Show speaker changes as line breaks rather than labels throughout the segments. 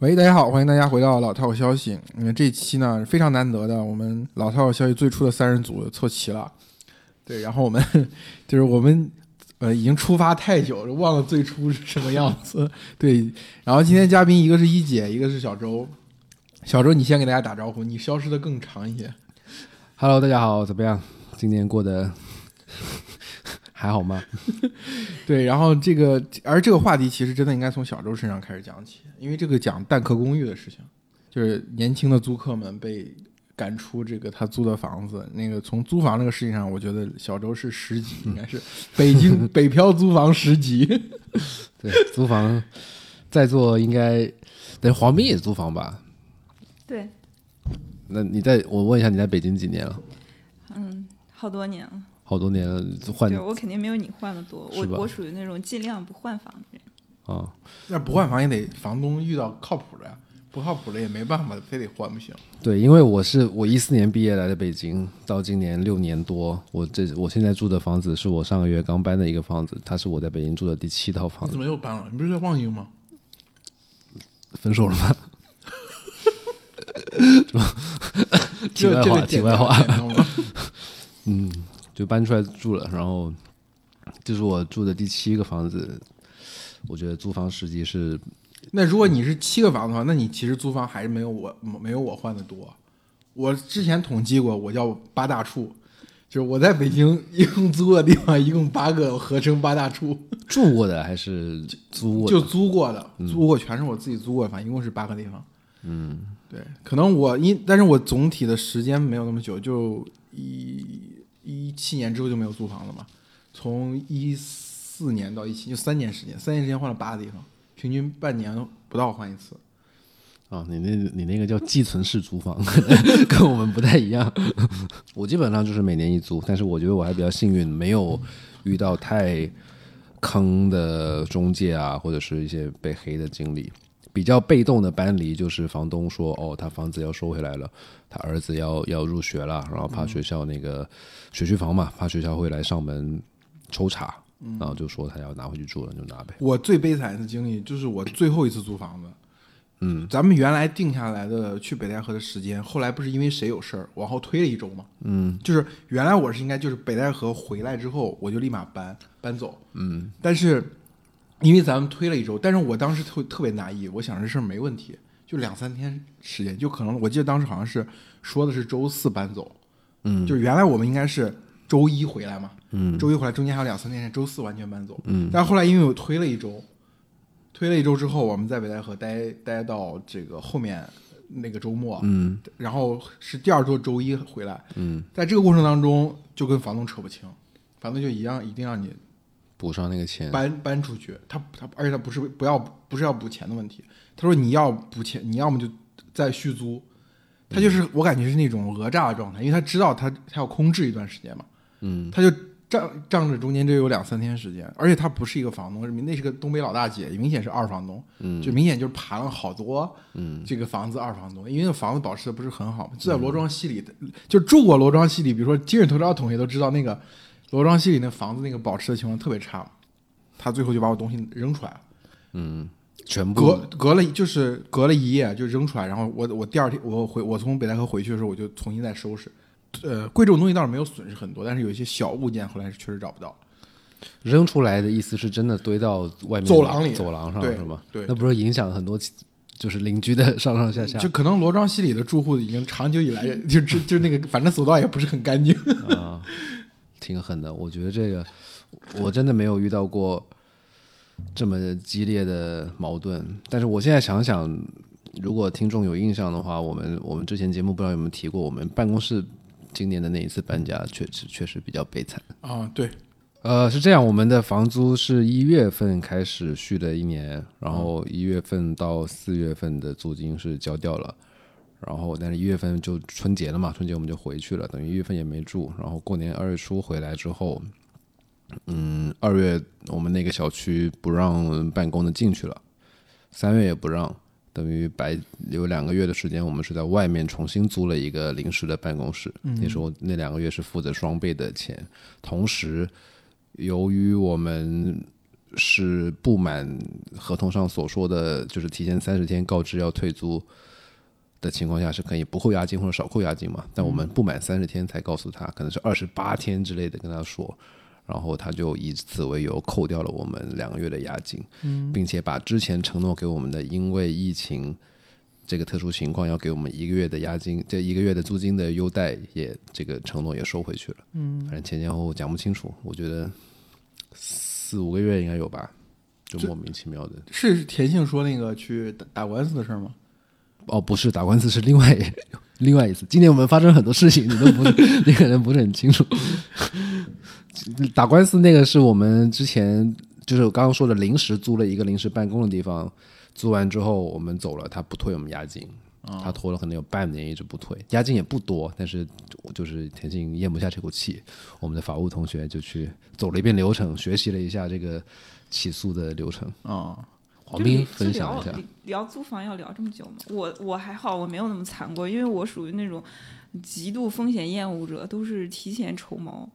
喂，大家好，欢迎大家回到老套消息。嗯，这一期呢非常难得的，我们老套消息最初的三人组凑齐了。对，然后我们 就是我们呃已经出发太久了，忘了最初是什么样子。对，然后今天嘉宾一个是一姐，一个是小周。小周，你先给大家打招呼，你消失的更长一些。
Hello，大家好，怎么样？今年过得 还好吗？
对，然后这个，而这个话题其实真的应该从小周身上开始讲起，因为这个讲蛋壳公寓的事情，就是年轻的租客们被赶出这个他租的房子。那个从租房这个事情上，我觉得小周是十级，应该 是北京北漂租房十级。
对，租房，在座应该，对，黄斌也租房吧？
对，
那你在我问一下，你在北京几年了？
嗯，好多年了。
好多年了，换
对
啊、
我肯定没有你换的多，我
是吧
我属于那种尽量不换房的人。
啊
那不换房也得房东遇到靠谱的呀，不靠谱的也没办法，非得换不行。
对，因为我是我一四年毕业来的北京，到今年六年多，我这我现在住的房子是我上个月刚搬的一个房子，它是我在北京住的第七套房
你
子
怎，么又搬了？你不是在望京吗？
分手了吗？题
这
外
这
话，
个
题
简
外
单
话。
点弄吧
嗯，就搬出来住了，然后这是我住的第七个房子，我觉得租房时机是
那如果你是七个房的话，那你其实租房还是没有我没有我换的多。我之前统计过，我叫八大处，就是我在北京一共租过的地方一共八个，我合称八大处，
住过的还是租过的？
就租过的，租过全是我自己租过的，反正一共是八个地方。嗯，对，可能我因但是我总体的时间没有那么久，就一一七年之后就没有租房了嘛，从一四年到一七就三年时间，三年时间换了八个地方，平均半年不到换一次。
啊，你那你那个叫寄存式租房，跟我们不太一样。 我基本上就是每年一租，但是我觉得我还比较幸运，没有遇到太坑的中介啊，或者是一些被黑的经历。比较被动的搬离就是房东说，哦，他房子要收回来了，他儿子要要入学了，然后怕学校那个学区房嘛，怕学校会来上门抽查，然后就说他要拿回去住了，你就拿呗。
我最悲惨的经历就是我最后一次租房子。嗯，咱们原来定下来的去北戴河的时间，后来不是因为谁有事儿往后推了一周嘛。嗯，就是原来我是应该就是北戴河回来之后，我就立马搬搬走。嗯，但是因为咱们推了一周，但是我当时特特别压抑，我想这事儿没问题，就两三天时间，就可能我记得当时好像是说的是周四搬走，嗯，就是原来我们应该是周一回来嘛，嗯，周一回来中间还有两三天时间，周四完全搬走，嗯，但后来因为我推了一周，推了一周之后，我们在北戴河待待到这个后面那个周末，嗯，然后是第二周周一回来，嗯，在这个过程当中就跟房东扯不清，房东就一样一定让你
补上那个钱，
搬搬出去，他他而且他不是不要不是要补钱的问题，他说你要补钱，你要么就再续租，他就是我感觉是那种讹诈的状态，因为他知道他他要空置一段时间嘛，嗯，他就仗仗着中间这有两三天时间，而且他不是一个房东，是明那是个东北老大姐，明显是二房东，嗯，就明显就是盘了好多，嗯，这个房子二房东，因为那房子保持的不是很好嘛，就在罗庄西里，就住过罗庄西里，比如说今日头条同学都知道那个罗庄西里那房子那个保持的情况特别差。他最后就把我东西扔出来了，
全部
隔隔了就是隔了一夜就扔出来，然后我我第二天我回我从北戴河回去的时候我就重新再收拾，呃，贵重东西倒是没有损失很多，但是有一些小物件后来是确实找不到，
扔出来的意思是真的堆到外面
走廊里
走廊上
对
是吗？
对
那不是影响很多其就是邻居的上上下下
就可能罗庄西里的住户已经长久以 来就就就那个反正走道也不是很干 净，
啊，挺狠的。我觉得这个我真的没有遇到过这么激烈的矛盾，但是我现在想想，如果听众有印象的话，我们我们之前节目不知道有没有提过，我们办公室今年的那一次搬家确实确实比较悲惨。
啊，对，
呃，是这样，我们的房租是一月份开始续的一年，然后一月份到四月份的租金是交掉了，然后但是一月份就春节了嘛，春节我们就回去了，等于一月份也没住，然后过年二月初回来之后，嗯，二月我们那个小区不让办公的进去了，三月也不让，等于白有两个月的时间，我们是在外面重新租了一个临时的办公室，那时候那两个月是付着双倍的钱，同时。由于我们是不满合同上所说的，就是提前三十天告知要退租的情况下，是可以不扣押金或者少扣押金嘛？但我们不满三十天才告诉他，可能是二十八天之类的跟他说，然后他就以此为由扣掉了我们两个月的押金，并且把之前承诺给我们的，因为疫情。这个特殊情况要给我们一个月的押金，这一个月的租金的优待也这个承诺也收回去了。嗯，反正前前后后讲不清楚，我觉得四五个月应该有吧，就莫名其妙的。
是田杏说那个去打打官司的事儿吗？
哦，不是打官司是另外另外一 次。今年我们发生很多事情，你都不是 你可能不是很清楚。 打官司那个是我们之前就是我刚刚说的临时租了一个临时办公的地方，租完之后我们走了，他不退我们押金，他拖了可能有半年一直不退，押金也不多，但是我就是田静咽不下这口气，我们的法务同学就去走了一遍流程，学习了一下这个起诉的流程。
啊、
黄
就
斌
是
分享一下
聊，聊租房要聊这么久吗？我我还好，我没有那么惨过，因为我属于那种极度风险厌恶者，都是提前筹谋。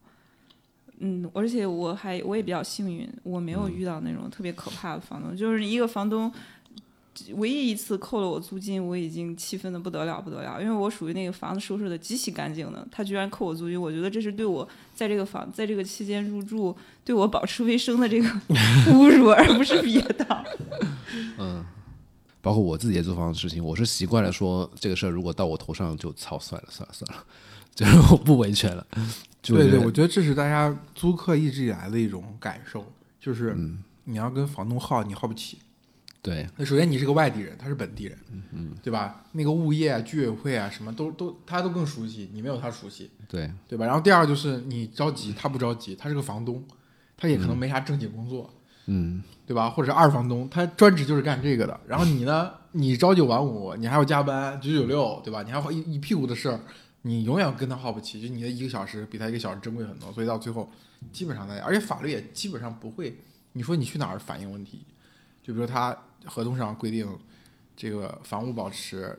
嗯，而且我还我也比较幸运，我没
嗯
有遇到那种特别可怕的房东，就是一个房东。唯一一次扣了我租金，我已经气愤的不得了不得了，因为我属于那个房子收拾的极其干净的，他居然扣我租金，我觉得这是对我在这个房在这个期间入住对我保持卫生的这个 侮辱，而不是 别的。
包括我自己也租房的事情，我是习惯了说这个事儿如果到我头上就操算了算了算了， 就是我不维权了。就
对
觉
对，
得
我觉得这是大家租客一直以来的一种感受，就是你要跟房东耗，你耗不起。
对
那首先你是个外地人，他是本地人，嗯，对吧？那个物业啊、居委会啊，什么都都他都更熟悉，你没有他熟悉，
对
对吧？然后第二就是你着急，他不着急，他是个房东，他也可能没啥正经工作，
嗯，
对吧？或者是二房东，他专职就是干这个的。然后你呢，你朝九晚五，你还要加班九九六，对吧？你还要一一屁股的事儿，你永远跟他耗不齐，就你的一个小时比他一个小时珍贵很多。所以到最后，基本上大家，而且法律也基本上不会，你说你去哪儿反映问题？就比如他合同上规定这个房屋保持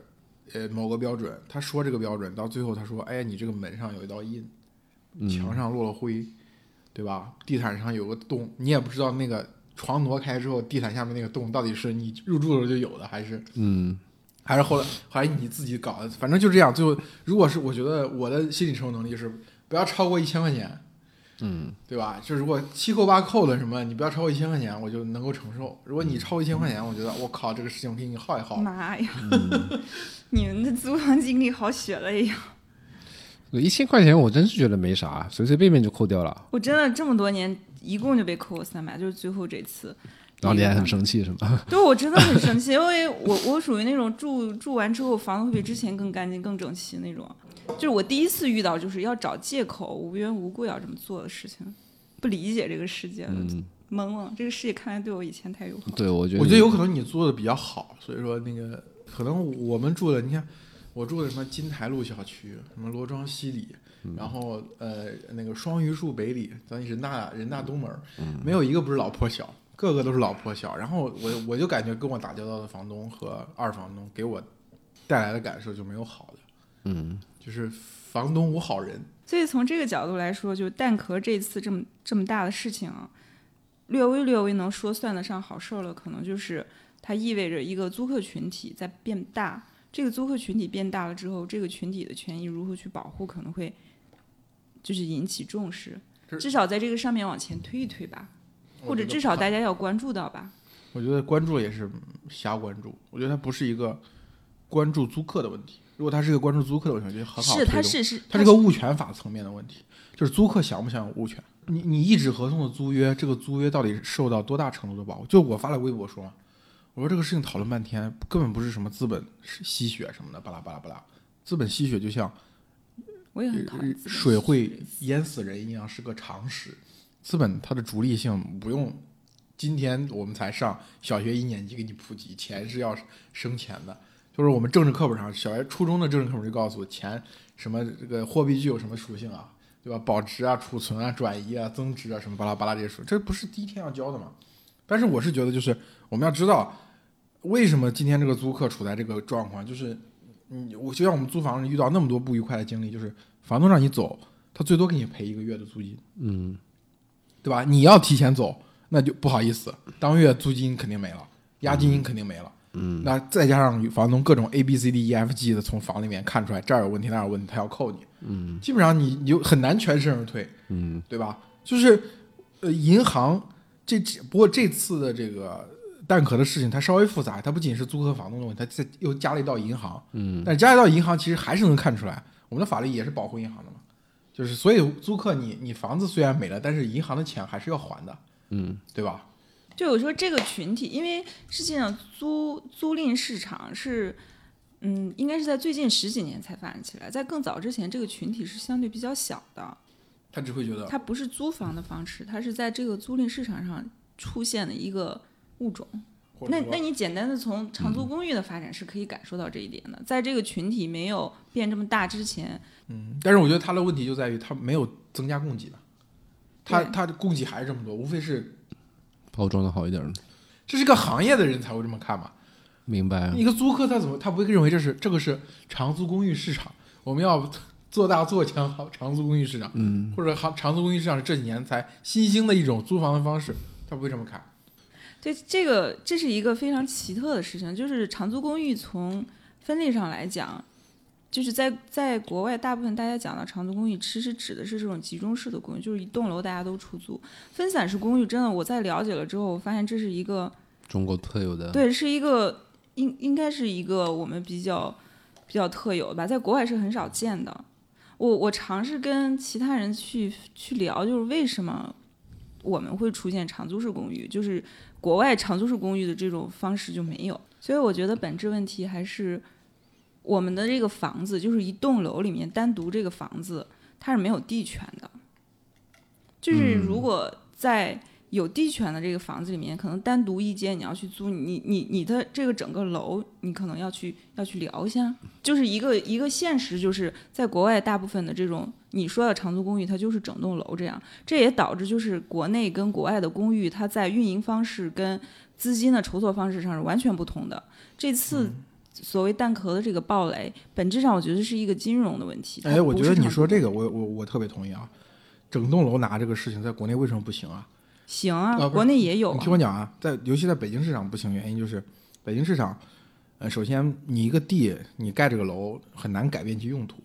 呃某个标准，他说这个标准，到最后他说，哎呀，你这个门上有一道印，
嗯
墙上落了灰，对吧？地毯上有个洞，你也不知道那个床挪开之后，地毯下面那个洞到底是你入住的时候就有的，还是
嗯
还是后来后来你自己搞的，反正就这样。最后，如果是我觉得我的心理承受能力是不要超过一千块钱，
嗯，
对吧？就如果七扣八扣的什么，你不要超过一千块钱，我就能够承受。如果你超过一千块钱，我觉得我靠，这个事情我给你耗一耗。
妈呀！ 你们的租房经历好血泪呀！
一千块钱我真是觉得没啥，随随便便就扣掉了。
我真的这么多年，一共就被扣过三百，就是最后这次。
然后你还很生气是吗？
对，我真的很生气，因为我我属于那种住住完之后房子会比之前更干净、更整齐那种。就是我第一次遇到，就是要找借口无缘无故要这么做的事情，不理解这个世界了，懵了。这个世界看来对我以前太友好。
对，我觉得
我觉得
你
有可能你做的比较好，所以说那个可能我们住的，你看我住的什么金台路小区，什么罗庄西里，
嗯
然后呃那个双榆树北里，咱人大人大东门儿，
嗯
没有一个不是老破小，个个都是老破小。然后我我就感觉跟我打交道的房东和二房东给我带来的感受就没有好的，
嗯，
就是房东无好人。
所以从这个角度来说，就是蛋壳这次这么这么大的事情啊，略微略微能说算得上好事儿了，可能就是它意味着一个租客群体在变大。这个租客群体变大了之后，这个群体的权益如何去保护，可能会就是引起重视
这，
至少在这个上面往前推一推吧，或
我
者
觉得
至少大家要关注到吧。
我觉得关注也是瞎关注，我觉得它不是一个关注租客的问题。如果它是一个关注租客的问题，我觉得很好推
是，
动。
它是是
它
它
是个物权法层面的问题，就是租客想不想有物权？你你一纸合同的租约，这个租约到底受到多大程度的保护？就我发了微博说嘛，我说这个事情讨论半天，根本不是什么资本吸血什么的，巴拉巴拉巴拉。资本吸血就像
我也很讨厌自己
呃水会淹死人一样，是个常识。资本它的逐利性不用，今天我们才上小学一年级给你普及，钱是要生钱的。就是我们政治课本上，小学、初中的政治课本就告诉我，钱什么这个货币具有什么属性啊，对吧？保值啊、储存啊、转移啊、增值啊，什么巴拉巴拉这些书，这不是第一天要教的吗？但是我是觉得，就是我们要知道，为什么今天这个租客处在这个状况，就是你我就像我们租房遇到那么多不愉快的经历，就是房东让你走，他最多给你赔一个月的租金，嗯，对吧？你要提前走，那就不好意思，当月租金肯定没了，押金肯定没了。嗯，那再加上房东各种 A B C D E F G 的从房里面看出来这儿有问题那儿有问题，他要扣你。嗯，基本上你你就很难全身而退。嗯，对吧？就是呃，银行这不过这次的这个蛋壳的事情，它稍微复杂，它不仅是租客房东的问题，它再又加了一道银行。嗯，但是加一道银行其实还是能看出来，我们的法律也是保护银行的嘛。就是所以租客你你房子虽然没了，但是银行的钱还是要还的。嗯，对吧？
就我说这个群体，因为实际上租租赁市场是，嗯，应该是在最近十几年才发展起来，在更早之前，这个群体是相对比较小的，
他只会觉得
它不是租房的方式，它是在这个租赁市场上出现的一个物种。
或者
那
说嗯
那你简单的从长租公寓的发展是可以感受到这一点的，在这个群体没有变这么大之前，
嗯但是我觉得他的问题就在于他没有增加供给吧，他
对
他的供给还是这么多，无非是
包装的好一点儿，
这是个行业的人才会这么看嘛。
明白啊？
一个租客他怎么他不会认为这是这个是长租公寓市场，我们要做大做强好长租公寓市场，嗯，或者行长租公寓市场是这几年才新兴的一种租房的方式，他不会这么看。
对这个，这是一个非常奇特的事情，就是长租公寓从分类上来讲，就是在在国外，大部分大家讲到长租公寓，其实指的是这种集中式的公寓，就是一栋楼大家都出租。分散式公寓真的，我在了解了之后，我发现这是一个
中国特有的，
对，是一个应应该是一个我们比较比较特有的吧，在国外是很少见的。我我尝试跟其他人去去聊，就是为什么我们会出现长租式公寓，就是国外长租式公寓的这种方式就没有。所以我觉得本质问题还是我们的这个房子，就是一栋楼里面单独这个房子，它是没有地权的。
嗯
就是如果在有地权的这个房子里面，可能单独一间你要去租，你你你的这个整个楼，你可能要去要去聊一下，就是一个一个现实，就是在国外大部分的这种你说的长租公寓，它就是整栋楼这样，这也导致就是国内跟国外的公寓，它在运营方式跟资金的筹措方式上是完全不同的。这次
嗯
所谓蛋壳的这个暴雷，本质上我觉得是一个金融的问题。它
哎，我
不
觉
是
得你
长
说
租
这个，我我我特别同意啊。整栋楼拿这个事情在国内为什么不行啊？
行啊，
啊不是
国内也有、
你
啊
听。我讲啊，在尤其在北京市场不行，原因就是北京市场，呃，首先你一个地你盖这个楼很难改变其用途，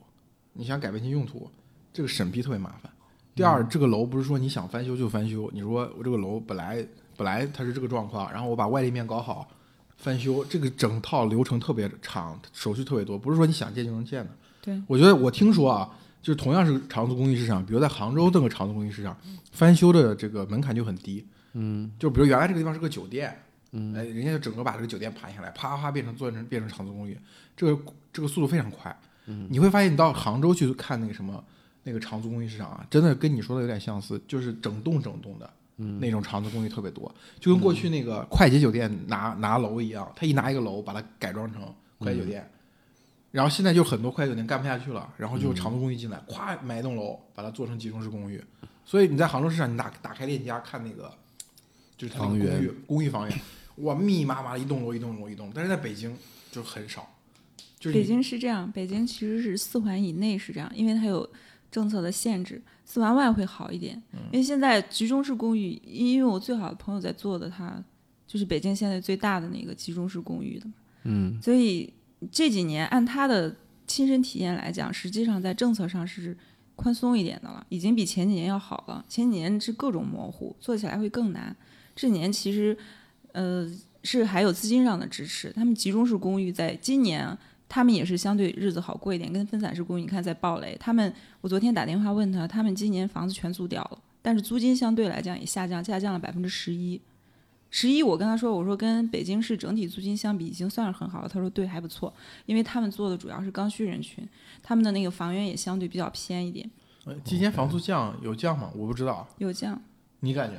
你想改变其用途，这个审批特别麻烦。第二，
嗯
这个楼不是说你想翻修就翻修，你说我这个楼本来本来它是这个状况，然后我把外立面搞好，翻修这个整套流程特别长，手续特别多，不是说你想建就能建的。
对，
我觉得我听说啊，就是同样是长租公寓市场，比如在杭州这个长租公寓市场，翻修的这个门槛就很低。嗯，就比如原来这个地方是个酒店，嗯，哎，人家就整个把这个酒店盘下来，啪啪啪变成做成变成长租公寓，这个这个速度非常快。嗯，你会发现你到杭州去看那个什么那个长租公寓市场啊，真的跟你说的有点相似，就是整栋整栋的。
嗯
那种长租公寓特别多，就跟过去那个快捷酒店拿、拿楼一样，他一拿一个楼把它改装成快
嗯
捷酒店，然后现在就很多快捷酒店干不下去了，然后就
嗯
长租公寓进来，咵买一栋楼，把它做成集中式公寓。所以你在杭州市场，你打打开链家看那个，就是它那个公
房源
寓公寓房源，哇，密密麻麻一栋楼一栋楼一栋，但是在北京就很少，就是
北
你
京是这样，北京其实是四环以内是这样，因为它有政策的限制，四环外会好一点。
嗯
因为现在集中式公寓，因为我最好的朋友在做的，他就是北京现在最大的那个集中式公寓的嘛。嗯，所以这几年按他的亲身体验来讲，实际上在政策上是宽松一点的了，已经比前几年要好了。前几年是各种模糊，做起来会更难。这几年其实，呃，是还有资金上的支持。他们集中式公寓在今年啊他们也是相对日子好过一点，跟分散式公寓你看在暴雷，他们我昨天打电话问他，他们今年房子全租掉了，但是租金相对来讲也下降，下降了百分之十一。十一，我跟他说，我说跟北京市整体租金相比已经算是很好了。他说对，还不错，因为他们做的主要是刚需人群，他们的那个房源也相对比较偏一点，
呃今年房租降有降吗？我不知道，
有降。
你感觉？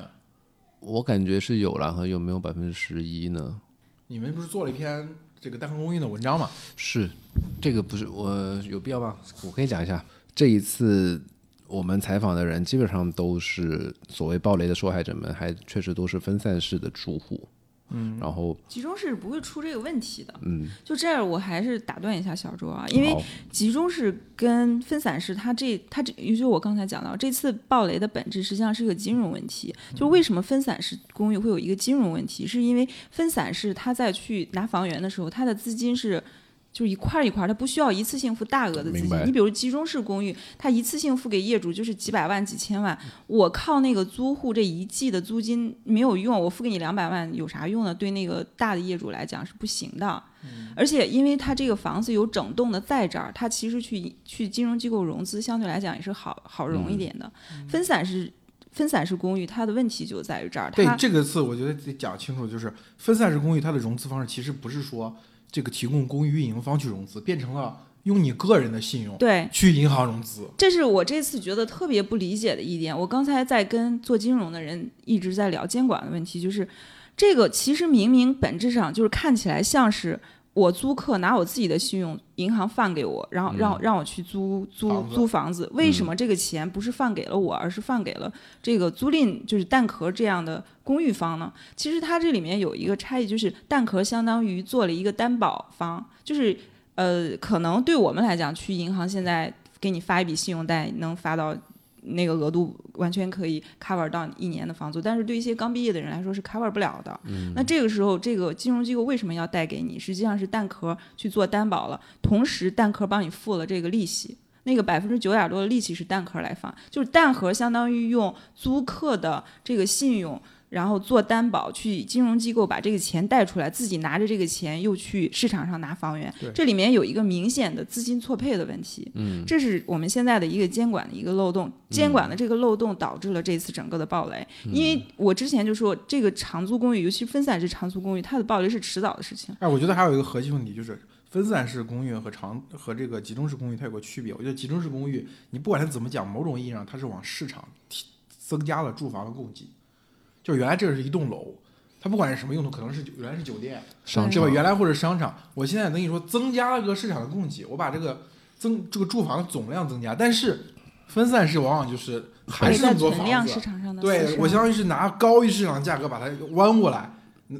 我感觉是有了，和有没有百分之十一呢？
你们不是做了一篇这个蛋壳公寓的文章吗？
是，这个不是我有必要吗？我可以讲一下，这一次我们采访的人基本上都是所谓暴雷的受害者们，还确实都是分散式的住户，
嗯，
然后
集中式不会出这个问题的。
嗯，
就这儿，我还是打断一下小周啊，因为
好
集中式跟分散式，它这它这，也就是我刚才讲到，这次暴雷的本质实际上是个金融问题。就
嗯
为什么分散式公寓会有一个金融问题，是因为分散式它在去拿房源的时候，它的资金是。就是一块儿一块儿，它不需要一次性付大额的资
明
金
白。
你比如集中式公寓，它一次性付给业主就是几百万、几千万，我靠那个租户这一季的租金没有用，我付给你两百万有啥用呢？对那个大的业主来讲是不行的。
嗯
而且因为它这个房子有整栋的在这儿，它其实去去金融机构融资相对来讲也是好好
嗯
融一点的。分散式分散式公寓，它的问题就在于这儿，
对
它
这个字，我觉得得讲清楚，就是分散式公寓它的融资方式其实不是说这个提供公寓运营方去融资，变成了用你个人的信用
对
去银行融资。
这是我这次觉得特别不理解的一点。我刚才在跟做金融的人一直在聊监管的问题，就是这个其实明明本质上就是看起来像是我租客拿我自己的信用，银行放给我，然后让让我去租租
嗯房子嗯
租房子，为什么这个钱不是放给了我，而是放给了这个租赁就是蛋壳这样的公寓方呢？其实它这里面有一个差异，就是蛋壳相当于做了一个担保方，就是。呃，可能对我们来讲，去银行现在给你发一笔信用贷，能发到那个额度，完全可以 cover 到你一年的房租。但是对一些刚毕业的人来说是 cover 不了的。那这个时候，这个金融机构为什么要贷给你？实际上是蛋壳去做担保了，同时蛋壳帮你付了这个利息。那个百分之九点多的利息是蛋壳来放，就是蛋壳相当于用租客的这个信用，然后做担保去金融机构把这个钱贷出来，自己拿着这个钱又去市场上拿房源
对，
这里面有一个明显的资金错配的问题。这是我们现在的一个监管的一个漏洞，监管的这个漏洞导致了这次整个的暴雷。因为我之前就说，这个长租公寓，尤其分散式长租公寓，它的暴雷是迟早的事情。
哎，我觉得还有一个核心问题就是。分散式公寓和长和这个集中式公寓它有个区别，我觉得集中式公寓你不管它怎么讲，某种意义上它是往市场提增加了住房的供给，就是原来这是一栋楼，它不管是什么用途，可能是酒原来是酒店，
嗯
商
对吧？
场
原来或者商场，我现在等于说增加了个市场的供给，我把这个增这个住房的总量增加，但是分散式往往就是还是那
在
么多
存
房
量市
子，
场上的
对我相当于是拿高于市场价格把它弯过来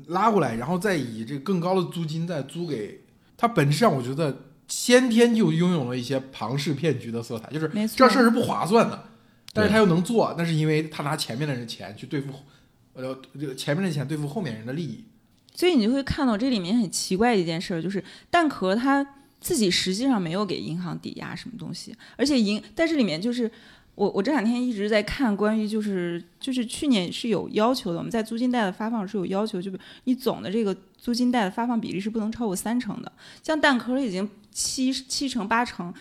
拉过来，然后再以这个更高的租金再租给它，本质上我觉得先天就拥有了一些庞氏骗局的色彩，就是
没错
这事儿是不划算的，但是他又能做，那是因为他拿前面的人钱去对付后。呃，这个前面的钱对付后面人的利益，
所以你就会看到这里面很奇怪的一件事儿，就是蛋壳它自己实际上没有给银行抵押什么东西，而且银但是里面就是我我这两天一直在看关于就是就是去年是有要求的，我们在租金贷的发放是有要求，就比如你总的这个租金贷的发放比例是不能超过三成的，像蛋壳已经七七成八成。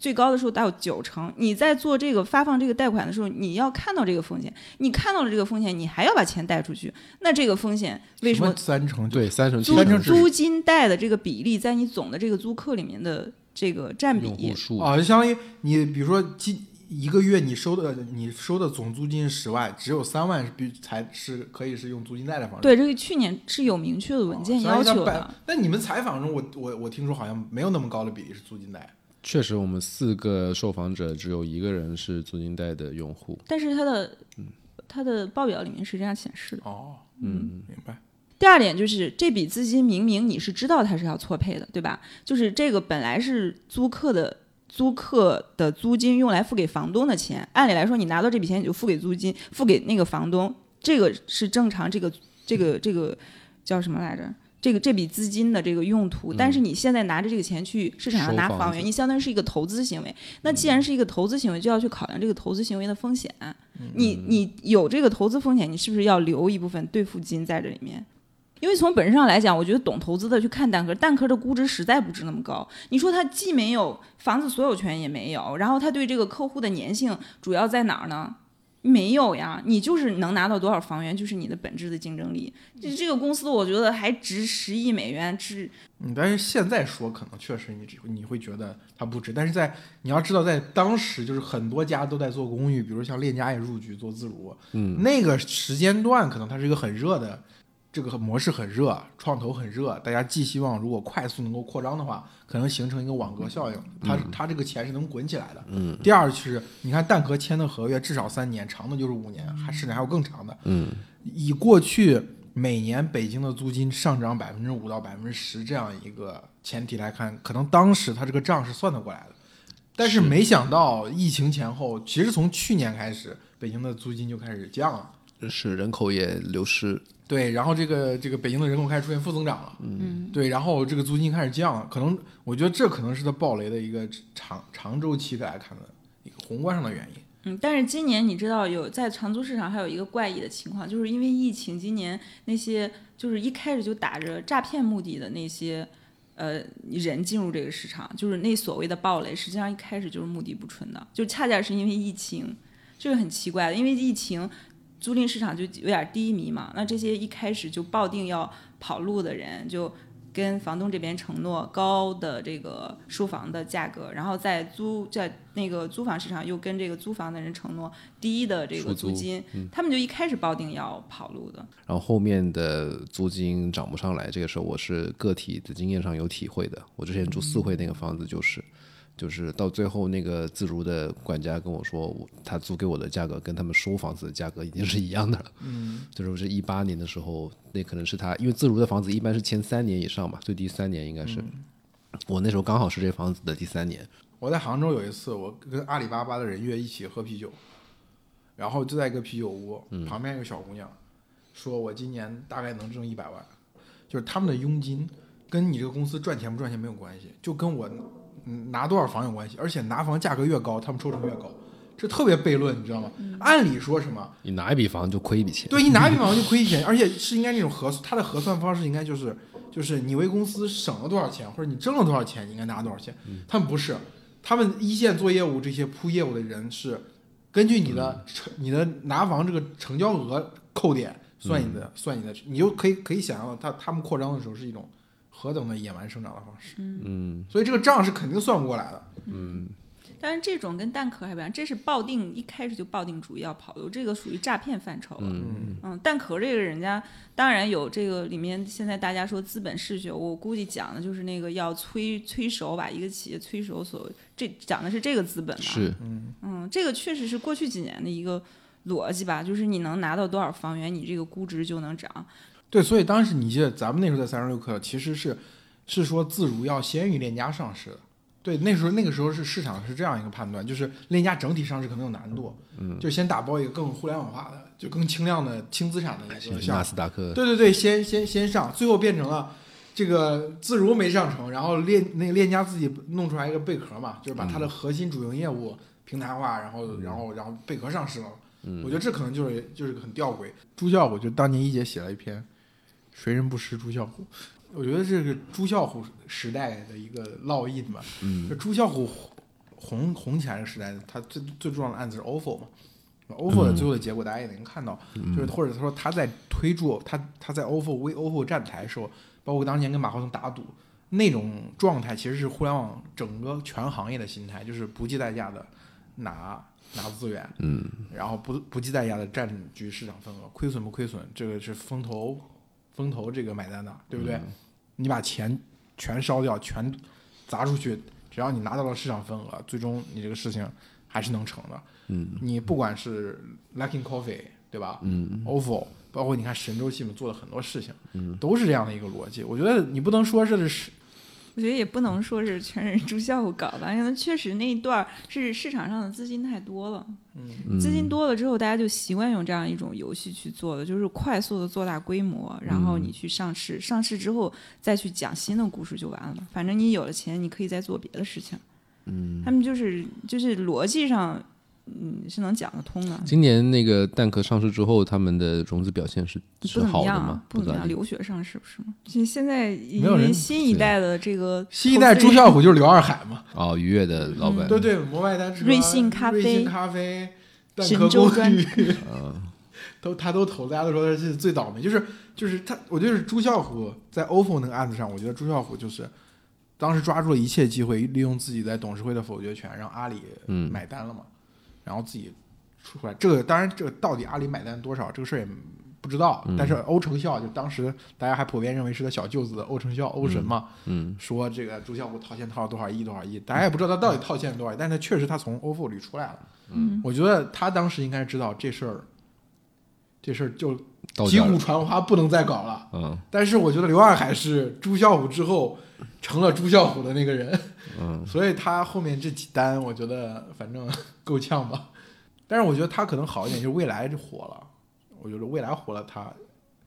最高的时候达到九成，你在做这个发放这个贷款的时候，你要看到这个风险，你看到了这个风险，你还要把钱贷出去，那这个风险为什么
三成就
对三成
租
单程只是
租金贷的这个比例在你总的这个租客里面的这个占
用
比
户，数
啊，就相当于你比如说今一个月你收的你收的总租金十万，只有三万是必才是可以是用租金贷的方式。
对这个去年是有明确的文
哦
件要求
啊
的。。
那你们采访中我，我我听说好像没有那么高的比例是租金贷。
确实，我们四个受访者只有一个人是租金贷的用户。
但是它的
嗯
它的报表里面是这样显示的。
哦，嗯，明白。
第二点就是这笔资金明明你是知道它是要错配的，对吧？就是这个本来是租客的。租客的租金用来付给房东的钱，按理来说，你拿到这笔钱你就付给租金，付给那个房东，这个是正常，这个这个这个叫什么来着？这个这笔资金的这个用途，但是你现在拿着这个钱去市场
嗯
上
收
拿
房
房
子嗯
源，你相当于是一个投资行为。那既然是一个投资行为，就要去考量这个投资行为的风险。
嗯
你你有这个投资风险，你是不是要留一部分兑付金在这里面？因为从本质上来讲，我觉得懂投资的去看蛋壳，蛋壳的估值实在不值那么高。你说它既没有房子所有权也没有，然后它对这个客户的粘性主要在哪儿呢？没有呀，你就是能拿到多少房源，就是你的本质的竞争力。这这个公司，我觉得还值十亿美元，值
嗯，但是现在说可能确实你只你会觉得它不值，但是在你要知道，在当时就是很多家都在做公寓，比如像链家也入局做自如，嗯，那个时间段可能它是一个很热的，这个模式很热，创投很热，大家寄希望如果快速能够扩张的话，可能形成一个网格效应，它、它这个钱是能滚起来的。嗯。第二就是你看蛋嗯壳签的合约至少三年，长的就是五年，还甚至还有更长的。嗯。以过去每年北京的租金上涨百分之五到百分之十这样一个前提来看，可能当时他这个账是算得过来的，但是没想到疫情前后，其实从去年开始，北京的租金就开始降了。
是人口也流失，
对，然后这个这个北京的人口开始出现负增长了，
嗯，
对，然后这个租金开始降了，可能我觉得这可能是它暴雷的一个长长周期的来看的一个宏观上的原因。
嗯，但是今年你知道有在长租市场还有一个怪异的情况，就是因为疫情，今年那些就是一开始就打着诈骗目的的那些呃人进入这个市场，就是那所谓的暴雷，实际上一开始就是目的不纯的，就恰恰是因为疫情，这个很奇怪的，因为疫情。租赁市场就有点低迷嘛，那这些一开始就抱定要跑路的人，就跟房东这边承诺高的这个收房的价格，然后在租在那个租房市场又跟这个租房的人承诺低的这
出
个
租
租金，他们就一开始抱定要跑路的。
然后后面的租金涨不上来，这个时候我是个体的经验上有体会的。我之前住四惠那个房子就是，就是到最后那个自如的管家跟我说，我他租给我的价格跟他们收房子的价格已经是一样的了。嗯，就是我是一八年的时候，那可能是他因为自如的房子一般是签三年以上嘛，最低三年应该是。我那时候刚好是这房子的第三年，
我在杭州有一次，我跟阿里巴巴的人月一起喝啤酒，然后就在一个啤酒屋，旁边有个小姑娘，说我今年大概能挣一百万，就是他们的佣金跟你这个公司赚钱不赚钱没有关系，就跟我嗯拿多少房有关系，而且拿房价格越高，他们抽成越高，这特别悖论，你知道吗？按理说什么？
你拿一笔房就亏一笔钱。
对你拿比方就亏钱，而且是应该那种核，它的核算方式应该就是就是你为公司省了多少钱，或者你挣了多少钱，你应该拿多少钱。他们不是，他们一线做业务这些铺业务的人是根据你的成、你的拿房这个成交额扣点算你的、算你的，你就可以可以想象到他他们扩张的时候是一种何等的野蛮生长的方式。嗯，所以这个账是肯定算不过来的。
但是这种跟蛋壳还不一样，这是抱定一开始就抱定主意要跑路，这个属于诈骗范畴了。
嗯
嗯，蛋壳这个人家当然有这个里面，现在大家说资本嗜血，我估计讲的就是那个要催催熟，把一个企业催熟所，这讲的是这个资本嘛。，
是，
嗯，这个确实是过去几年的一个逻辑吧，就是你能拿到多少房源，你这个估值就能涨。
对，所以当时你记得咱们那时候在三十六氪，其实是是说自如要先于链家上市的。对，那时候那个时候是市场是这样一个判断，就是链家整体上市可能有难度，嗯，就先打包一个更互联网化的、就更轻量的轻资产的一个
就是
项
纳
目。
斯达克
对对对，先先先上，最后变成了这个自如没上成，然后链那个链家自己弄出来一个贝壳嘛，就是把它的核心主营业务平台化，然后然后然后贝壳上市了。我觉得这可能就是就是很吊诡。朱啸虎就当年一姐写了一篇《谁人不识朱啸虎》，我觉得这个朱啸虎时代的一个烙印吧。嗯，就朱啸虎红红起来的时代，他最最重要的案子是 OFO 嘛。OFO 的最后的结果大家也能看到，就是或者说他在推助他他在 OFO 为 OFO 站台的时候，包括当年跟马化腾打赌那种状态，其实是互联网整个全行业的心态，就是不计代价的拿拿资源，嗯，然后不不计代价的占据市场份额，亏损不亏损，这个是风投风投这个买单的，对不对？你把钱全烧掉，全砸出去，只要你拿到了市场份额，最终你这个事情还是能成的。嗯，你不管是 Luckin Coffee 对吧？嗯，OFO，包括你看神州系统做了很多事情，嗯，都是这样的一个逻辑。我觉得你不能说这是
我觉得也不能说是全是朱啸虎搞的，因为确实那一段儿是市场上的资金太多了，嗯，资金多了之后，大家就习惯用这样一种游戏去做的，就是快速的做大规模，然后你去上市，上市之后再去讲新的故事就完了嘛。反正你有了钱，你可以再做别的事情，嗯，他们就是就是逻辑上，嗯，是能讲得通的，
今年那个蛋壳上市之后，他们的融资表现是
不
是
怎
好
么
的
样
吗
啊，？不怎么
咋
样，
地。
留学上市不是吗？其实现在因
没有人
为新一代的这个
新一代朱啸虎就是刘二海嘛？
哦，愉悦的老板，
对对，摩拜单车、
瑞幸咖啡
瑞幸咖啡、蛋
神
壳
州
公
专
寓， 都他都投，大家都说他是最倒霉，就是就是他，我觉得是朱啸虎在 OFO 那个案子上，我觉得朱啸虎就是当时抓住了一切机会，利用自己在董事会的否决权，让阿里
嗯
买单了嘛，然后自己出来。这个当然，这个到底阿里买单多少，这个事儿也不知道。
嗯
但是欧成孝就当时大家还普遍认为是他小舅子欧成孝欧神嘛，
嗯，
说这个朱啸虎掏钱掏了多少亿多少亿，大家也不知道他到底掏钱了多少亿，但是他确实他从 OFO 里出来了。
嗯，
我觉得他当时应该知道这事儿这事儿就
到
击
点儿
鼓
了，
传花，不能再搞了。
嗯
但是我觉得刘二海是朱啸虎之后成了朱啸虎的那个人，嗯，所以他后面这几单，我觉得反正够呛吧。但是我觉得他可能好一点，就是未来就火了。我觉得未来火了他，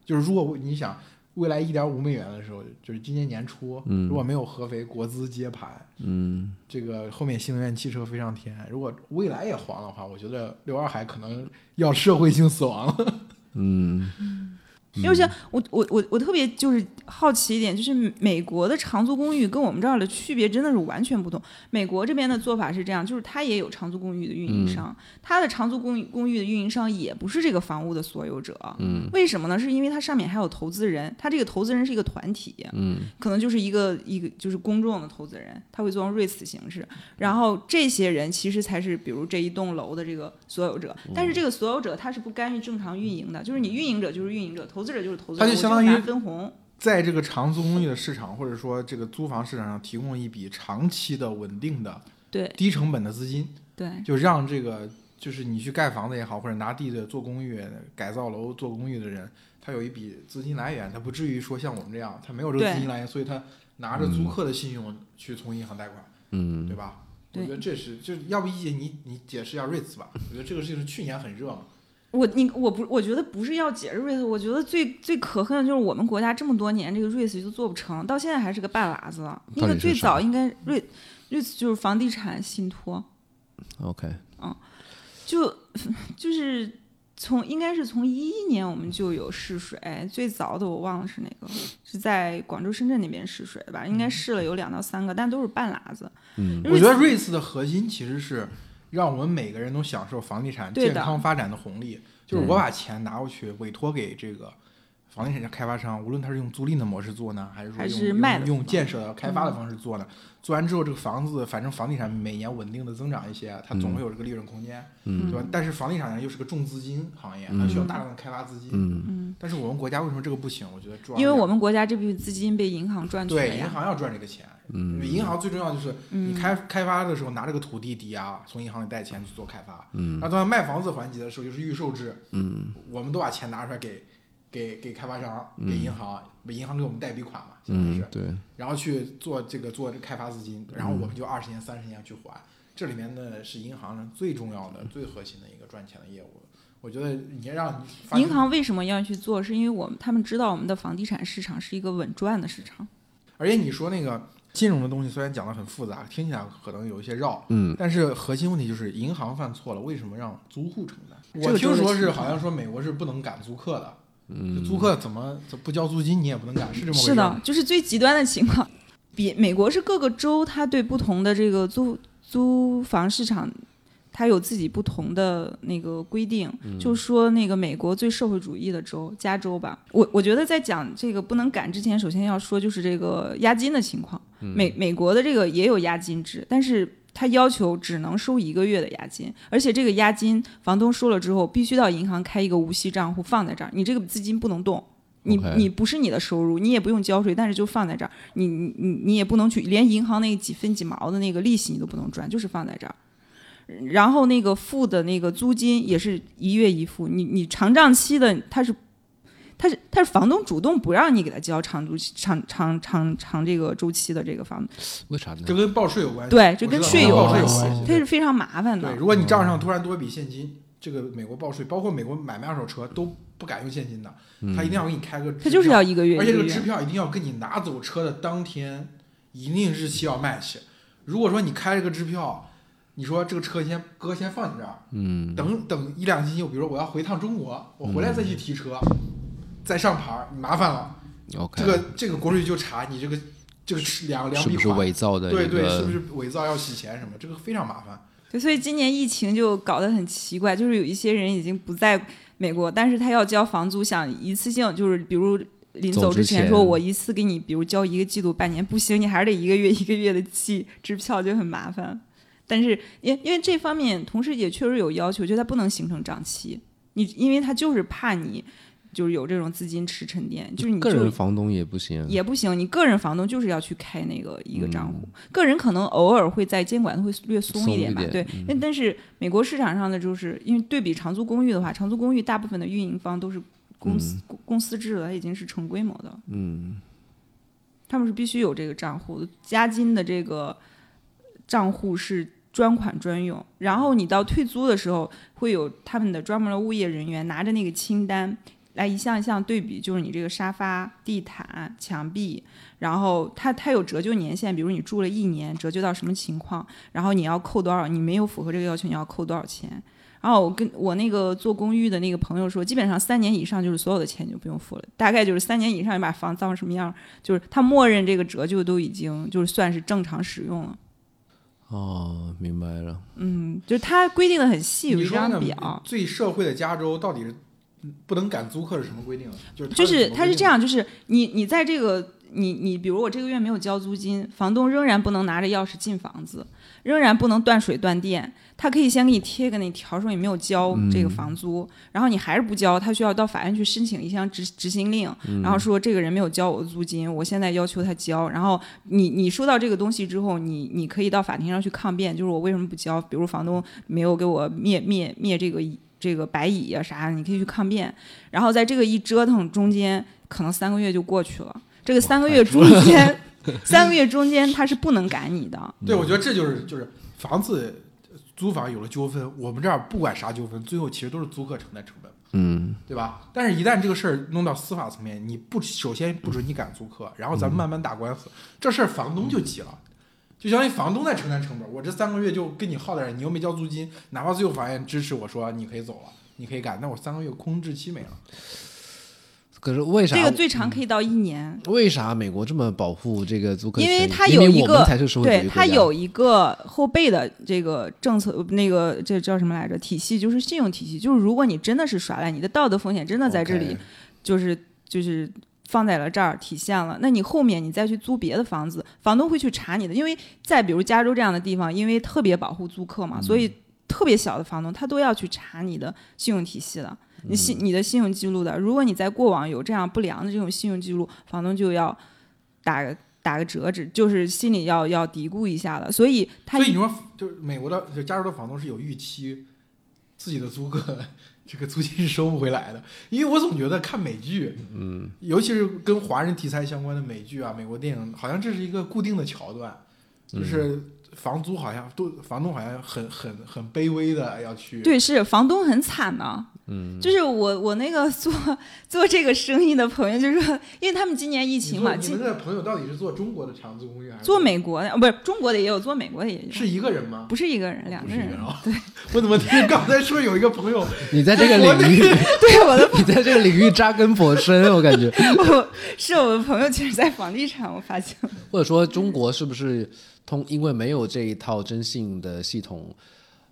就是如果你想未来一点五美元的时候，就是今年年初，
嗯
如果没有合肥国资接盘，
嗯，
这个后面新能源汽车飞上天，如果未来也黄的话，我觉得刘二海可能要社会性死亡了。
嗯，
因为像我我我我特别就是好奇一点，就是美国的长租公寓跟我们这儿的区别真的是完全不同。美国这边的做法是这样，就是它也有长租公寓的运营
嗯
商，它的长租公寓公寓的运营商也不是这个房屋的所有者。嗯，为什么呢？是因为它上面还有投资人，它这个投资人是一个团体，嗯，可能就是一个一个就是公众的投资人，他会做成 REITs 形式。然后这些人其实才是比如这一栋楼的这个所有者，
嗯
但是这个所有者他是不干预正常运营的，就是你运营者就是运营者，投资者就是投资者，
他就
我
相当于
拿分红。
在这个长租公寓的市场，或者说这个租房市场上，提供一笔长期的、稳定的、
对
低成本的资金，
对，
就让这个就是你去盖房子也好，或者拿地的做公寓、改造楼做公寓的人，他有一笔资金来源，他不至于说像我们这样，他没有这个
对
资金来源，所以他拿着租客的信用去从银行贷款，嗯，对吧？
对
我觉得这是，就是要不一姐你你解释一下 REITs 吧？我觉得这个事情是去年很热嘛，
我你我不我觉得不是要解释 race，我觉得最最可恨的就是我们国家这么多年这个 race 就做不成，到现在还是个半拉子。那
到底
个
是
最
啥
早应该 race race 就是房地产信托，
，OK，
就就是从应该是从一一年我们就有试水，最早的我忘了是哪个，是在广州、深圳那边试水吧，应该试了有两到三个，但都是半拉子。
嗯
嗯我觉得 REITs 的核心其实是让我们每个人都享受房地产
对
健
的
康发展的红利，就是我把钱拿过去委托给这个房地产开发商，无论他是用租赁的模式做呢，还是说
还
用
是
用
卖的
用
方式
建设的开发的方式做呢，做完之后这个房子反正房地产每年稳定的增长一些，啊它总会有这个利润空间，
嗯
对吧？但是房地产呢又是个重资金行业，它需要大量的开发资金，
嗯
嗯，
但是我们国家为什么这个不行？我觉得主要
因为
是
我们国家这笔资金被银行赚去了
对银
呀。嗯
行要赚这个钱。因为银行最重要就是你开开发的时候拿这个土地抵押，从银行里贷钱去做开发。嗯，那到卖房子环节的时候就是预售制。嗯，我们都把钱拿出来给给给开发商、给银行，银行给我们贷笔款嘛，相当于是
嗯，，对，
然后去做这个做这开发资金，然后我们就二十年、三十年去还。这里面呢是银行呢最重要的、最核心的一个赚钱的业务。我觉得你让你发
银行为什么要去做？是因为我们他们知道我们的房地产市场是一个稳赚的市场。
而且你说那个金融的东西，虽然讲的很复杂，听起来可能有一些绕，
嗯，
但是核心问题就是银行犯错了，为什么让租户承担？
这
我
个就
听
是
说
其
是
他
好像说美国是不能赶租客的，嗯，租客怎么怎么不交租金你也不能赶，是这么回事？
是的，，就是最极端的情况。比美国是各个州，它对不同的这个租租房市场，它有自己不同的那个规定。
嗯
就说那个美国最社会主义的州，加州吧，我我觉得在讲这个不能赶之前，首先要说就是这个押金的情况。美美国的这个也有押金制，但是。它要求只能收一个月的押金，而且这个押金房东收了之后，必须到银行开一个无息账户放在这儿，你这个资金不能动，你
OK
你不是你的收入，你也不用交税，但是就放在这儿，你你你你也不能去，连银行那几分几毛的那个利息你都不能赚，就是放在这儿。然后那个付的那个租金也是一月一付，你你长账期的他是。他是他是房东主动不让你给他交长租期长长长长这个周期的这个房子，
为啥呢
这？跟报税有关系。
对，这跟
我知道
税有
报税
关
有
系
关系，
它是非常麻烦的
对，。如果你账
嗯
上突然多一笔现金，这个美国报税，包括美国买卖二手车都不敢用现金的，
嗯
他一定要给你开个支票，
他就是要一个月
而
一
且这
个
个支
月，
票一定要跟你拿走车的当天一定日期要 match。如果说你开了个支票，你说这个车先哥先放你这儿，嗯，等等一两个星期，我比如说我要回趟中国，我回来再去提车，再上牌儿，你麻烦了。
嗯 OK，
这个这个国税局就查你这个这个两两
是
笔
不是
款，
伪造的一
对
个？
对，是不是伪造要洗钱什么？这个非常麻烦。
对，所以今年疫情就搞得很奇怪，就是有一些人已经不在美国，但是他要交房租，想一次性就是比如临
走
走
之
之前
前
说，我一次给你比如交一个季度、半年，不行，你还是得一个月 一个月的寄支票，就很麻烦。但是因因为这方面，同时也确实有要求，就它不能形成账期，你因为它就是怕你。就是有这种资金池沉淀，就是你
个
就
人房东也不行，
也不行，你个人房东就是要去开那个一个账户，个人可能偶尔会在监管会略松
松
点
一
吧，
点嗯
对。但、但是美国市场上的就是因为对比长租公寓的话，长租公寓大部分的运营方都是公
嗯
司、公公司制的，它已经是成规模的，嗯，他们是必须有这个账户的，加金的这个账户是。专款专用，然后你到退租的时候，会有他们的专门的物业人员拿着那个清单，来一项一项对比，就是你这个沙发、地毯、墙壁，然后它它有折旧年限，比如你住了一年，折旧到什么情况，然后你要扣多少，你没有符合这个要求，你要扣多少钱。然后我跟我那个做公寓的那个朋友说，基本上三年以上就是所有的钱你就不用付了，大概就是三年以上你把房造成什么样，就是他默认这个折旧都已经就是算是正常使用了。
哦，明白了。
嗯，就是它规定的很细，有
你
一
说
张
呢
表。
最社会的加州到底是不能赶租客是什么规定？啊就是就
就
是
它是这，样，就是你你在这个你你比如我这个月没有交租金，房东仍然不能拿着钥匙进房子，仍然不能断水断电，他可以先给你贴个那条说你没有交
嗯
这个房租，然后你还是不交，他需要到法院去申请一项执执行令，
嗯
然后说这个人没有交我的租金，我现在要求他交。然后你你收到这个东西之后，你你可以到法庭上去抗辩，就是我为什么不交？比如房东没有给我灭灭灭这个椅这个白蚁啊啥的，你可以去抗辩。然后在这个一折腾中间，可能三个月就过去了。这个三个月中 间，三个月中间他是不能赶你的。
对我觉得这就是就是房子租房有了纠纷，我们这儿不管啥纠纷，最后其实都是租客承担成本。
嗯，
对吧？但是，一旦这个事儿弄到司法层面，你不首先不准你赶租客，然后咱们慢慢打官司，这事儿房东就急了，就相当于房东在承担成本。我这三个月就跟你耗在这儿，你又没交租金，哪怕最后法院支持我说你可以走了，你可以赶，那我三个月空置期没了。
可是为啥
这个最长可以到一年，
为啥美国这么保护这个租客
因
权益？
为它
明
有
明
一
我们
个
才是社会主义
对
国
它
家
有一个后备的这个政策，那个这叫什么来着？体系就是信用体系，就是如果你真的是耍赖，你的道德风险真的在这里
OK
就是就是放在了这儿体现了。那你后面你再去租别的房子，房东会去查你的，因为在比如加州这样的地方，因为特别保护租客嘛，所以特别小的房东他都要去查你的信用体系的。
嗯
你信你的信用记录的，如果你在过往有这样不良的这种信用记录，房东就要打个打个折指，就是心里要要嘀咕一下的。所以他
所以你说，就是美国的就加州的房东是有预期，自己的租客这个租金是收不回来的，因为我总觉得看美剧，嗯，尤其是跟华人题材相关的美剧啊，美国电影，好像这是一个固定的桥段，就是房租好像都房东好像很很很卑微的要去，
对，是房东很惨呢、嗯，就是我我那个做 做这个生意的朋友就说，因为他们今年疫
你
情
说
嘛，
你
今
们这朋友到底是做中国的长租公寓还是
做美国的，呃不是中国的也有，做美国的也有，
是一个人吗？
不是一个人，两
不
个
是一
人
个。人啊！对， 我怎么听刚才说有一个朋友
你在这个领 域，
对，我的
你在这个领域扎根颇深，我感觉。
我是我的朋友，其实在房地产，我发现了
或者说中国是不是通因为没有这一套征信的系统，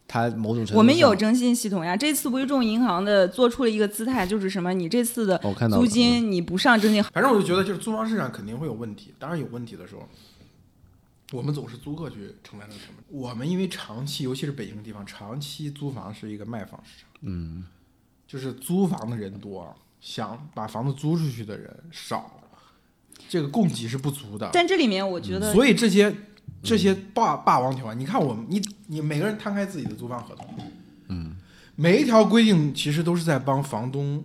它某种程度上哦
我们有征信系统呀。这次微众银行的做出了一个姿态，就是什么，你这次的
我看到了嗯
租金你不上征信，
反正我就觉得，就是租房市场肯定会有问题。当然有问题的时候，我们总是租客去承担这个成本。我们因为长期，尤其是北京这地方，长期租房是一个卖方市场，嗯，就是租房的人多，想把房子租出去的人少，这个供给是不足
嗯
的。
但这里面我觉得
所以这些这些霸霸王条款，你看我们，你你每个人摊开自己的租房合同，嗯，每一条规定其实都是在帮房东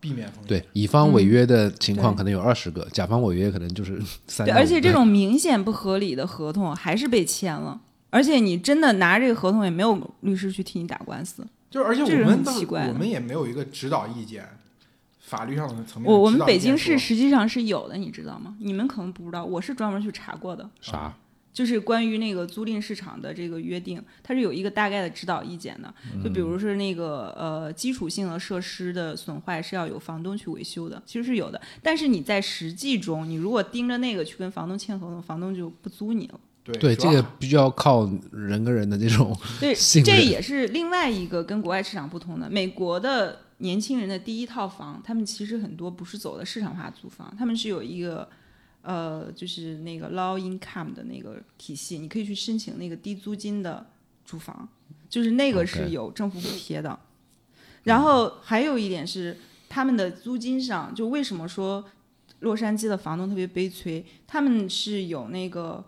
避免风险。
对乙方违约的情况
嗯对
可能有二十个，甲方违约可能就是 三
对，
到五个。
而且这种明显不合理的合同还是被签了，而且你真的拿这个合同也没有律师去替你打官司。
就是而且
这
我
个
们
很
当
奇怪
我
的
们也没有一个指导意见，法律上的层面的指导意见说。
我我们北京市实际上是有的，你知道吗？你们可能不知道，我是专门去查过的，
啥？
就是关于那个租赁市场的这个约定，它是有一个大概的指导意见的。就比如是那个呃基础性的设施的损坏是要有房东去维修的，其实是有的。但是你在实际中，你如果盯着那个去跟房东签合同，房东就不租你了。
对
对，
主
这
要
个必须要靠人跟人的这 种
对，
信
这
任
也是另外一个跟国外市场不同的。美国的年轻人的第一套房，他们其实很多不是走的市场化租房，他们是有一个呃，就是那个 low income 的那个体系，你可以去申请那个低租金的住房，就是那个
OK
是有政府补贴的。然后还有一点是，他们的租金上，就为什么说洛杉矶的房东特别悲催，他们是有那个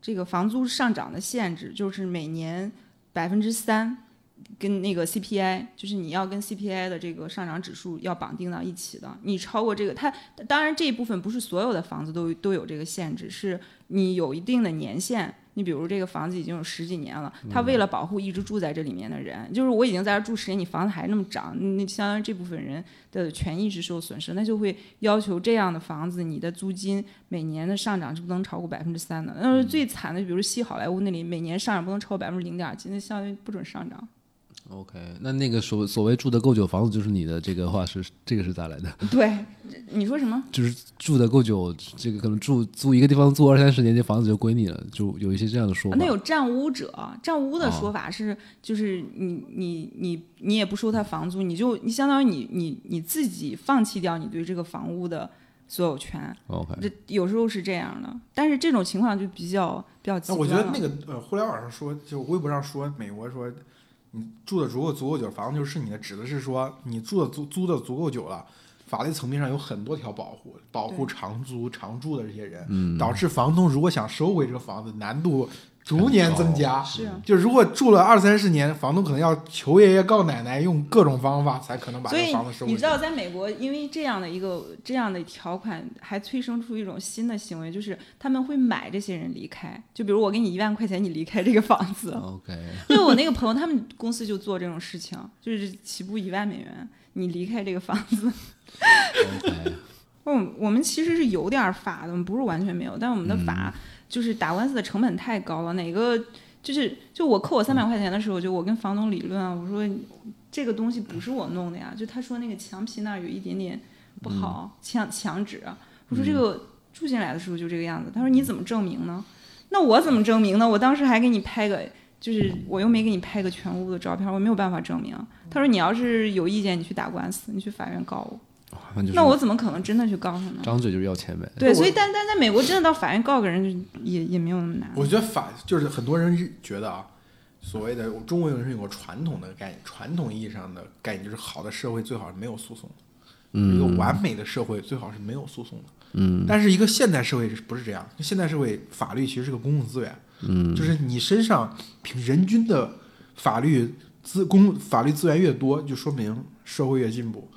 这个房租上涨的限制，就是每年百分之三。跟那个 CPI，就是你要跟 CPI 的这个上涨指数要绑定到一起的。你超过这个，它当然这一部分不是所有的房子都都有这个限制，是你有一定的年限。你比如这个房子已经有十几年了，他为了保护一直住在这里面的人，就是我已经在这住十年，你房子还那么涨，那相当于这部分人的权益是受损失，那就会要求这样的房子你的租金每年的上涨是不能超过百分之三的。那是最惨的，比如西好莱坞那里每年上涨不能超过百分之零点几，那相当于不准上涨。
OK，那那个所所谓住的够久，房子就是你的，这个话是这个是咋来的？
对，你说什么？
就是住的够久，这个可能住租一个地方租二三十年，这房子就归你了，就有一些这样的说法。
啊那有占屋者，占屋
啊
的说法是，就是你你你你也不收他房租，你就你相当于你你你自己放弃掉你对这个房屋的所有权，
嗯
OK，
这有时候是这样的。但是这种情况就比较比较极
那
端
我觉得那
了
个呃，互联网上说，就微博上说，美国说你住的足够足够久，房子就是你的，指的是说你住的租租的足够久了。法律层面上有很多条保护，保护长租、长住的这些人，
嗯
导致房东如果想收回这个房子，难度逐年增加。
是啊
就如果住了二三十年，房东可能要求爷爷告奶奶，用各种方法才可能把
所
这个
以
房子收回去。
你知道，在美国，因为这样的一个这样的条款，还催生出一种新的行为，就是他们会买这些人离开。就比如我给你一万块钱，你离开这个房子。
OK，
因为我那个朋友，他们公司就做这种事情，就是起步一万美元，你离开这个房子。
OK，
嗯，我们其实是有点儿法的，我们不是完全没有，但我们的法
嗯
就是打官司的成本太高了。哪个就是就我扣我
嗯
三百块钱的时候，就我跟房东理论啊，我说这个东西不是我弄的呀，就他说那个墙皮那儿有一点点不
嗯
好，墙墙纸，啊我说这个住进来的时候就这个样子，他说你怎么证明呢？那我怎么证明呢？我当时还给你拍个。就是我又没给你拍个全屋的照片，我没有办法证明。他说你要是有意见，你去打官司，你去法院告我。
那就是
那我怎么可能真的去告他呢？
张嘴就是要钱呗。
对，
我
所以但但在美国真的到法院告个人就也也没有那么难。
我觉得法就是很多人是觉得啊，所谓的中国人是有个传统的概念，传统意义上的概念就是好的社会最好是没有诉讼的，一个完美的社会最好是没有诉讼的。嗯，但是一个现代社会是不是这样？现代社会法律其实是个公共资源，嗯，就是你身上凭人均的法律资公法律资源越多，就说明社会越进步。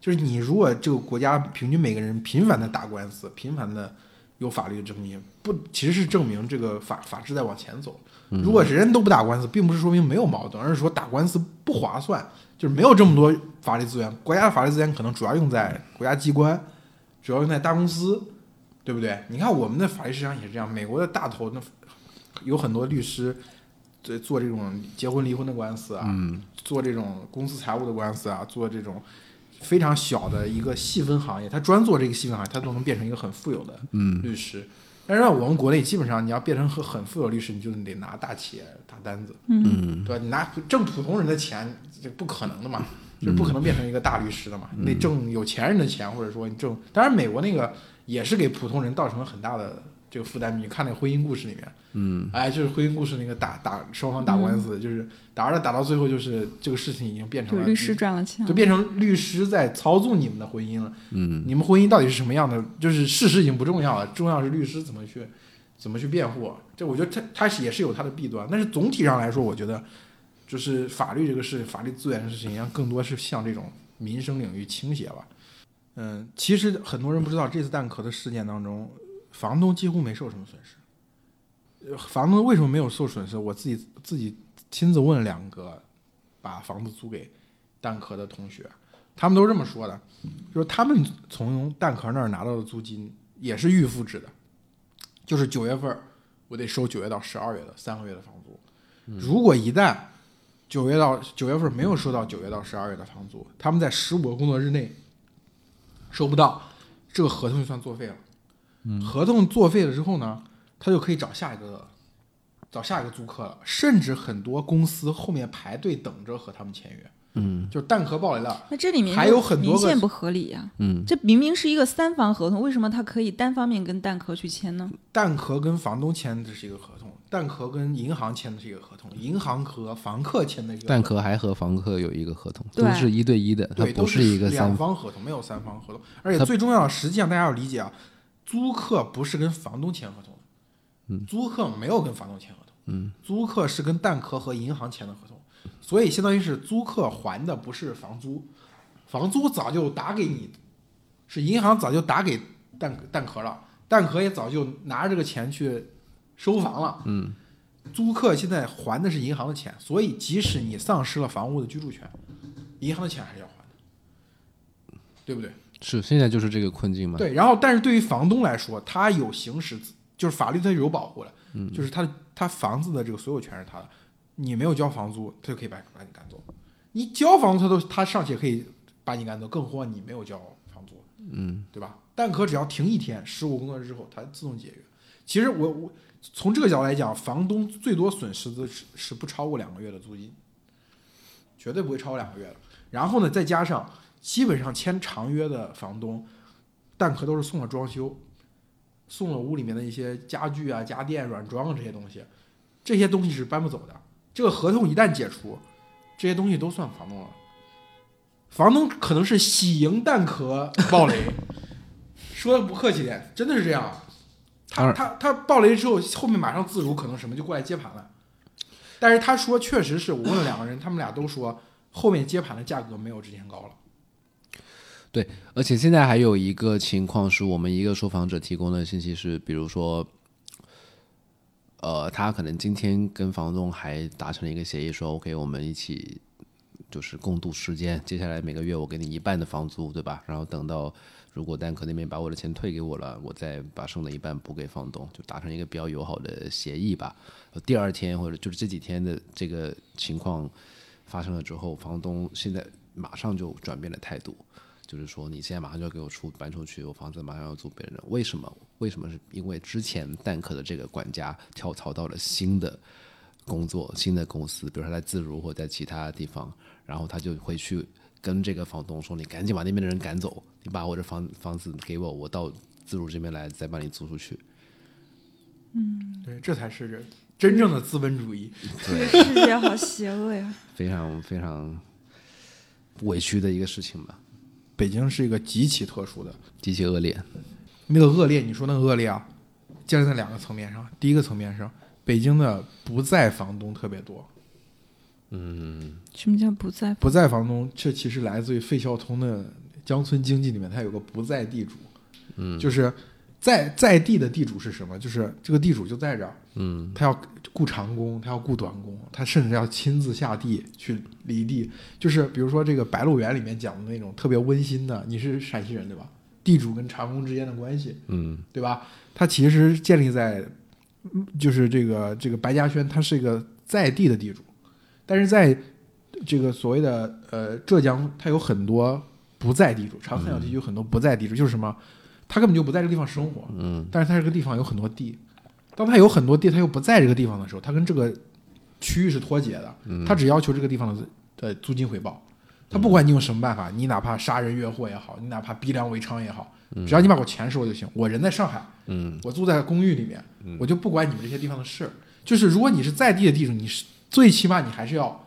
就是你如果这个国家平均每个人频繁的打官司，频繁的有法律的争议，不其实是证明这个法法治在往前走。如果人人都不打官司，并不是说明没有矛盾，而是说打官司不划算，就是没有这么多法律资源。国家的法律资源可能主要用在国家机关，主要用在大公司，对不对？你看我们的法律市场也是这样，美国的大头那有很多律师。做做这种结婚离婚的官司啊，做这种公司财务的官司啊，做这种非常小的一个细分行业，他专做这个细分行业，他都能变成一个很富有的律师。但是在我们国内，基本上你要变成很很富有的律师，你就得拿大企业大单子，嗯，对吧？你拿挣普通人的钱，这不可能的嘛，就是不可能变成一个大律师的嘛。你得挣有钱人的钱，或者说你挣……当然，美国那个也是给普通人造成了很大的这个负担。你看那个婚姻故事里面，嗯，哎，就是婚姻故事那个打打双方打官司，就是打着打到最后，就是这个事情已经变成
就
了
律师赚了钱
就，变成律师在操纵你们的婚姻了。嗯，你们婚姻到底是什么样的？就是事实已经不重要了，重要是律师怎么去怎么去辩护。啊这我觉得它它是也是有它的弊端，但是总体上来说，我觉得就是法律这个事，法律资源的事情，让更多是向这种民生领域倾斜吧。嗯，其实很多人不知道，这次蛋壳的事件当中，房东几乎没受什么损失。呃房东为什么没有受损失？我自己自己亲自问了两个把房子租给蛋壳的同学，他们都是这么说的，就是他们从蛋壳那儿拿到的租金也是预付制的，就是九月份儿我得收九月到十二月的三个月的房租，如果一旦九月到九月份没有收到九月到十二月的房租，他们在十五个工作日内收不到，这个合同就算作废了。合同作废了之后呢，他就可以找下一个找下一个租客了，甚至很多公司后面排队等着和他们签约。嗯，就是蛋壳爆雷了，
那这里面
还
就
有很多
明
个
显不合理呀、嗯，这明明是一个三方合同，为什么他可以单方面跟蛋壳去签呢？
蛋壳跟房东签的是一个合同，蛋壳跟银行签的是一个合同，银行和房客签的一个合
蛋
同。
壳还和房客有一个合同，
对
都是一对一的，它
对，
不
都
是一个
两
三
方合同，没有三方合同。而且最重要的，实际上大家要理解啊，租客不是跟房东签合同的，
嗯
租客没有跟房东签合同，嗯，租客是跟蛋壳和银行签的合同，所以相当于是租客还的不是房租，房租早就打给你，是银行早就打给蛋蛋壳了，蛋壳也早就拿着这个钱去收房了，嗯。租客现在还的是银行的钱，所以即使你丧失了房屋的居住权，银行的钱还是要还的。对不对？
是现在就是这个困境嘛？
对。然后，但是对于房东来说，他有行使，就是法律他有保护了，就是他他房子的这个所有权是他的，你没有交房租，他就可以把把你赶走；你交房租，他都他尚且可以把你赶走，更何况你没有交房租，嗯，对吧？蛋壳只要停一天，十五工作日之后，它自动解约。其实我我从这个角度来讲，房东最多损失的是是不超过两个月的租金，绝对不会超过两个月的。然后呢，再加上基本上签长约的房东，蛋壳都是送了装修，送了屋里面的一些家具啊、家电、软装啊这些东西，这些东西是搬不走的。这个合同一旦解除，这些东西都算房东了。房东可能是喜迎蛋壳暴雷， 说的不客气点，真的是这样。
当
他
然
他他暴雷之后，后面马上自如可能什么就过来接盘了。但是他说，确实是我问了两个人，他们俩都说后面接盘的价格没有之前高了。
而且现在还有一个情况是我们一个受访者提供的信息是，比如说，呃，他可能今天跟房东还达成了一个协议说，OK，我们一起就是共度时间，接下来每个月我给你一半的房租，对吧？然后等到如果蛋壳那边把我的钱退给我了，我再把剩的一半补给房东，就达成一个比较友好的协议吧。第二天或者就是这几天的这个情况发生了之后，房东现在马上就转变了态度。就是说你现在马上就要给我出搬出去，我房子马上要租别人了。为什么？为什么是因为之前蛋壳的这个管家跳槽到了新的工作、新的公司，比如说在自如或在其他地方，然后他就回去跟这个房东说：“你赶紧把那边的人赶走，你把我这房房子给我，我到自如这边来再把你租出去。
对，这才是真正的资本主义。
这个世界好邪 恶呀！”
非常非常委屈的一个事情吧，
北京是一个极其特殊的，
极其恶劣。
那个恶劣，你说那个恶劣啊，建立在两个层面上。第一个层面上，北京的不在房东特别多，
什么叫不在
不在房东这其实来自于费孝通的《江村经济》里面，他有个不在地主，嗯，就是在在地的地主是什么？就是这个地主就在这儿，嗯，他要雇长工，他要雇短工，他甚至要亲自下地去犁地。就是比如说这个《白鹿原》里面讲的那种特别温馨的，你是陕西人对吧？地主跟长工之间的关系，
嗯，
对吧？它其实建立在，嗯就是这个这个白嘉轩，他是一个在地的地主，但是在这个所谓的呃浙江，它有很多不在地主，长三角地区有很多不在地主，就是什么，他根本就不在这个地方生活，嗯，但是他这个地方有很多地，当他有很多地，他又不在这个地方的时候，他跟这个区域是脱节的，他只要求这个地方的呃租金回报。他不管你用什么办法，你哪怕杀人越货也好，你哪怕逼良为娼也好，只要你把我钱收了就行。我人在上海，
嗯，
我住在公寓里面，我就不管你们这些地方的事儿。就是如果你是在地的地主，你是最起码你还是要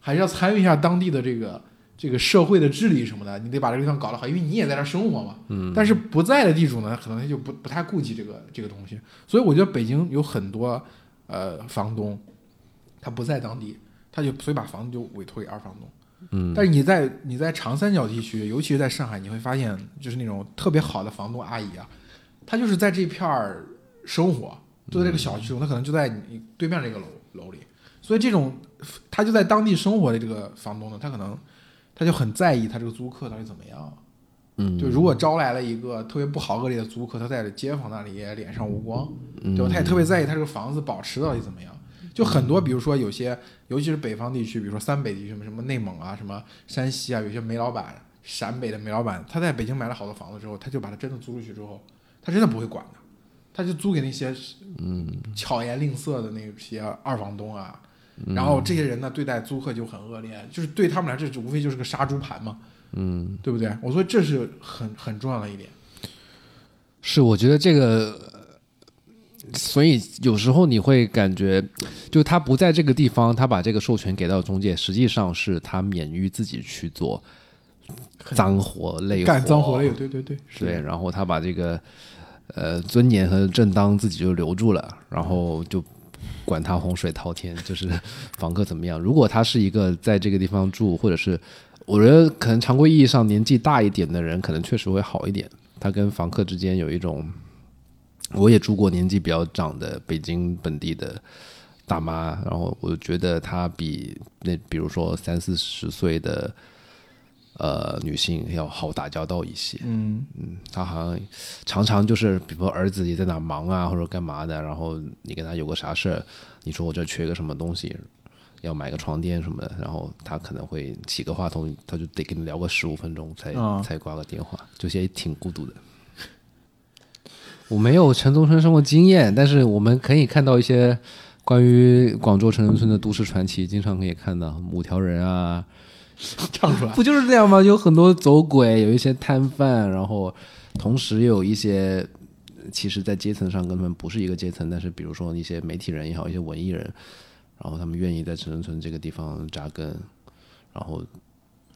还是要参与一下当地的这个这个社会的治理什么的，你得把这个地方搞得好，因为你也在这儿生活嘛。嗯。但是不在的地主呢，可能他就不不太顾及这个这个东西，所以我觉得北京有很多呃房东，他不在当地，他就所以把房子就委托给二房东。嗯，但是你在你在长三角地区，尤其是在上海，你会发现就是那种特别好的房东阿姨啊，她就是在这片儿生活，就在这个小区中，她可能就在你对面这个楼楼里，所以这种他就在当地生活的这个房东呢，他可能他就很在意他这个租客到底怎么样。
嗯，
就如果招来了一个特别不好恶劣的租客，他在街坊那里也脸上无光，对吧？他也特别在意他这个房子保持到底怎么样。就很多，比如说有些，尤其是北方地区，比如说三北地区，什么什么内蒙啊，什么山西啊，有些煤老板，陕北的煤老板，他在北京买了好多房子之后，他就把他真的租出去之后，他真的不会管的，他就租给那些嗯巧言令色的那些二房东啊。然后这些人呢，对待租客就很恶劣，就是对他们来这无非就是个杀猪盘嘛，嗯，对不对？我说这是很很重要的一点。
是，我觉得这个，呃所以有时候你会感觉，就他不在这个地方，他把这个授权给到中介，实际上是他免于自己去做脏活累活，
干脏活累，对对 对，是
对，然后他把这个呃尊严和正当自己就留住了，然后就管他洪水滔天，就是 房客怎么样。如果他是一个在这个地方住，或者是我觉得可能常规意义上年纪大一点的人，可能确实会好一点。他跟房客之间有一种，我也住过年纪比较长的北京本地的大妈，然后我觉得她比那比如说三四十岁的呃女性要好打交道一些。
嗯，
他好像常常就是，比如说儿子也在哪忙啊，或者干嘛的，然后你跟他有个啥事儿，你说我这缺个什么东西，要买个床垫什么的，然后他可能会起个话筒， 他就得跟你聊个十五分钟才、
啊
才挂个电话，这些挺孤独的。我没有城中村生活经验，但是我们可以看到一些关于广州城中村的都市传奇，经常可以看到五条人啊，
唱出来。
不就是这样吗？有很多走鬼，有一些摊贩，然后同时也有一些，其实，在阶层上根本不是一个阶层，但是比如说一些媒体人也好，一些文艺人，然后他们愿意在城中村这个地方扎根，然后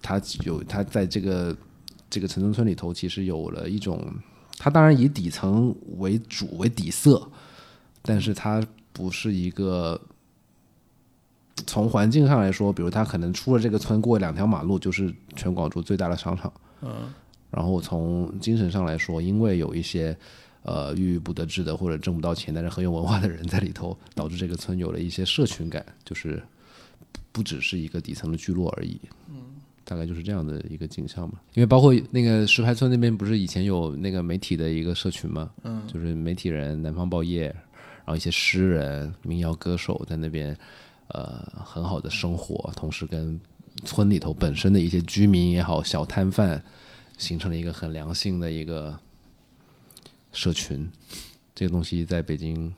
他有他在这个这个城中村里头，其实有了一种，他当然以底层为主为底色，但是他不是一个从环境上来说，比如他可能出了这个村，过两条马路就是全广州最大的商场。嗯。然后从精神上来说，因为有一些呃郁郁不得志的或者挣不到钱，但是很有文化的人在里头，导致这个村有了一些社群感，就是不只是一个底层的聚落而已。嗯。大概就是这样的一个景象嘛。因为包括那个石牌村那边不是以前有那个媒体的一个社群嘛，嗯，就是媒体人、南方报业，然后一些诗人、民谣歌手在那边。呃很好的生活，同时跟村里头本身的一些居民也好，小摊贩形成了一个很良性的一个社群。这个东西在北京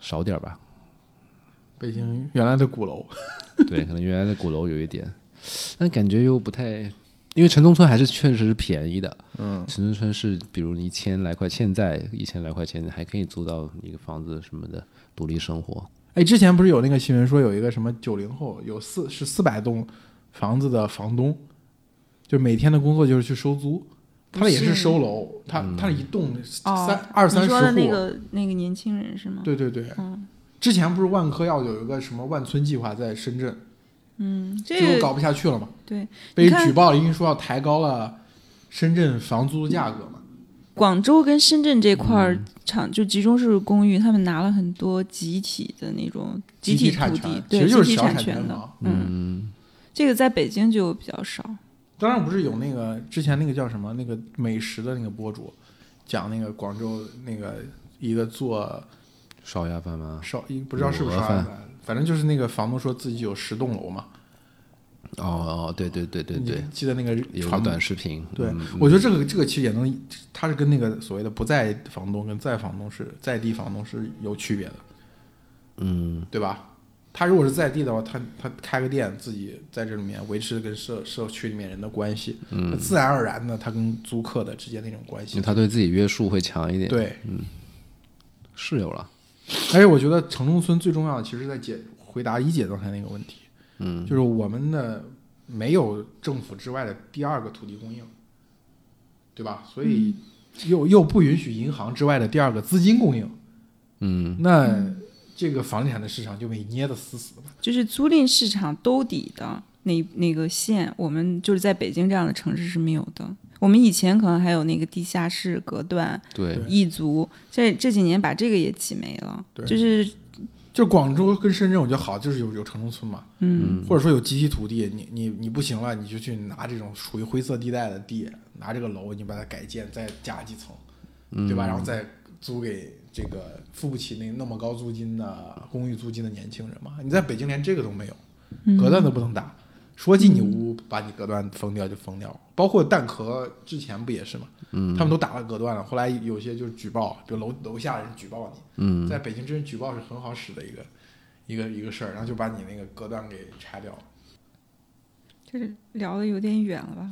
少点儿 吧？
北京原来的鼓楼，
对，可能原来的鼓楼有一点，但感觉又不太。因为城中村还是确实是便宜的，嗯，城中村是比如一千来块，现在一千来块钱还可以租到一个房子什么的，独立生活，
哎，之前不是有那个新闻说有一个什么九零后有四是四百栋房子的房东，就每天的工作就是去收租，他也是嗯收楼，他他一栋
哦
三二三
你
十
说的那
户，
个那个年轻人是吗？
对对对。
嗯
之前不是万科要有一个什么万村计划在深圳，
嗯，
最后
这
搞
个
不下去了嘛，
对，
被
你看
举报了，因为说要抬高了深圳房租价格嘛。
广州跟深圳这块
嗯
儿厂就集中式公寓，他们拿了很多集体的那种
集
体
体
土
产
地
权，
对，
其实就是
集体
小
产
产权
的
房，
嗯，这个在北京就比较少。
当然不是有那个之前那个叫什么那个美食的那个博主，讲那个广州那个一个做
烧鸭饭吗？
烧，一不知道是不是烧鸭饭，反正就是那个房东说自己有十栋楼嘛。
哦哦，对对对对对
你，记得那个
有个
传
短视频，
对
嗯，
我觉得这个这个其实也能，它是跟那个所谓的不在房东跟在房东是在地房东是有区别的，嗯，对吧？他如果是在地的话，他他开个店，自己在这里面维持跟社社区里面人的关系，嗯，自然而然的他跟租客的之间那种关
因为
系，
嗯他对自己约束会强一点。，
对。
是有了，
而且我觉得城中村最重要的，其实在解回答一姐刚才那个问题，嗯，就是我们的没有政府之外的第二个土地供应，对吧？所以又、又不允许银行之外的第二个资金供应，嗯，那这个房地产的市场就被捏得死死的嘛。
就是租赁市场兜底的那那个线，我们就是在北京这样的城市是没有的。我们以前可能还有那个地下室隔断、
对，
一族，这这几年把这个也挤没了。
对
就是
就广州跟深圳，我觉得好，就是有有城中村嘛，嗯，或者说有集体土地，你你你不行了，你就去拿这种属于灰色地带的地，拿这个楼，你把它改建，再加几层，对吧？然后再租给这个付不起那那么高租金的公寓租金的年轻人嘛。你在北京连这个都没有，隔断都不能打，说进你屋把你隔断封掉就封掉，包括蛋壳之前不也是吗？嗯，他们都打了隔断了，后来有些就是举报，比如楼楼下人举报你，嗯，在北京真人举报是很好使的一个一个一个事儿，然后就把你那个隔断给拆掉了。
这是聊的有点远了吧？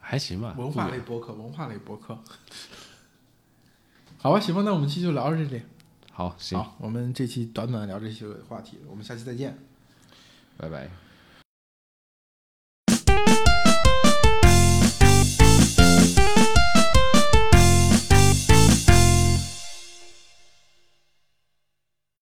还行吧。
文化类播客，文化类播客。好吧，行吧，那我们这期就聊到这里。
好，行，
好，我们这期短短地聊这些话题，我们下期再见。
拜拜。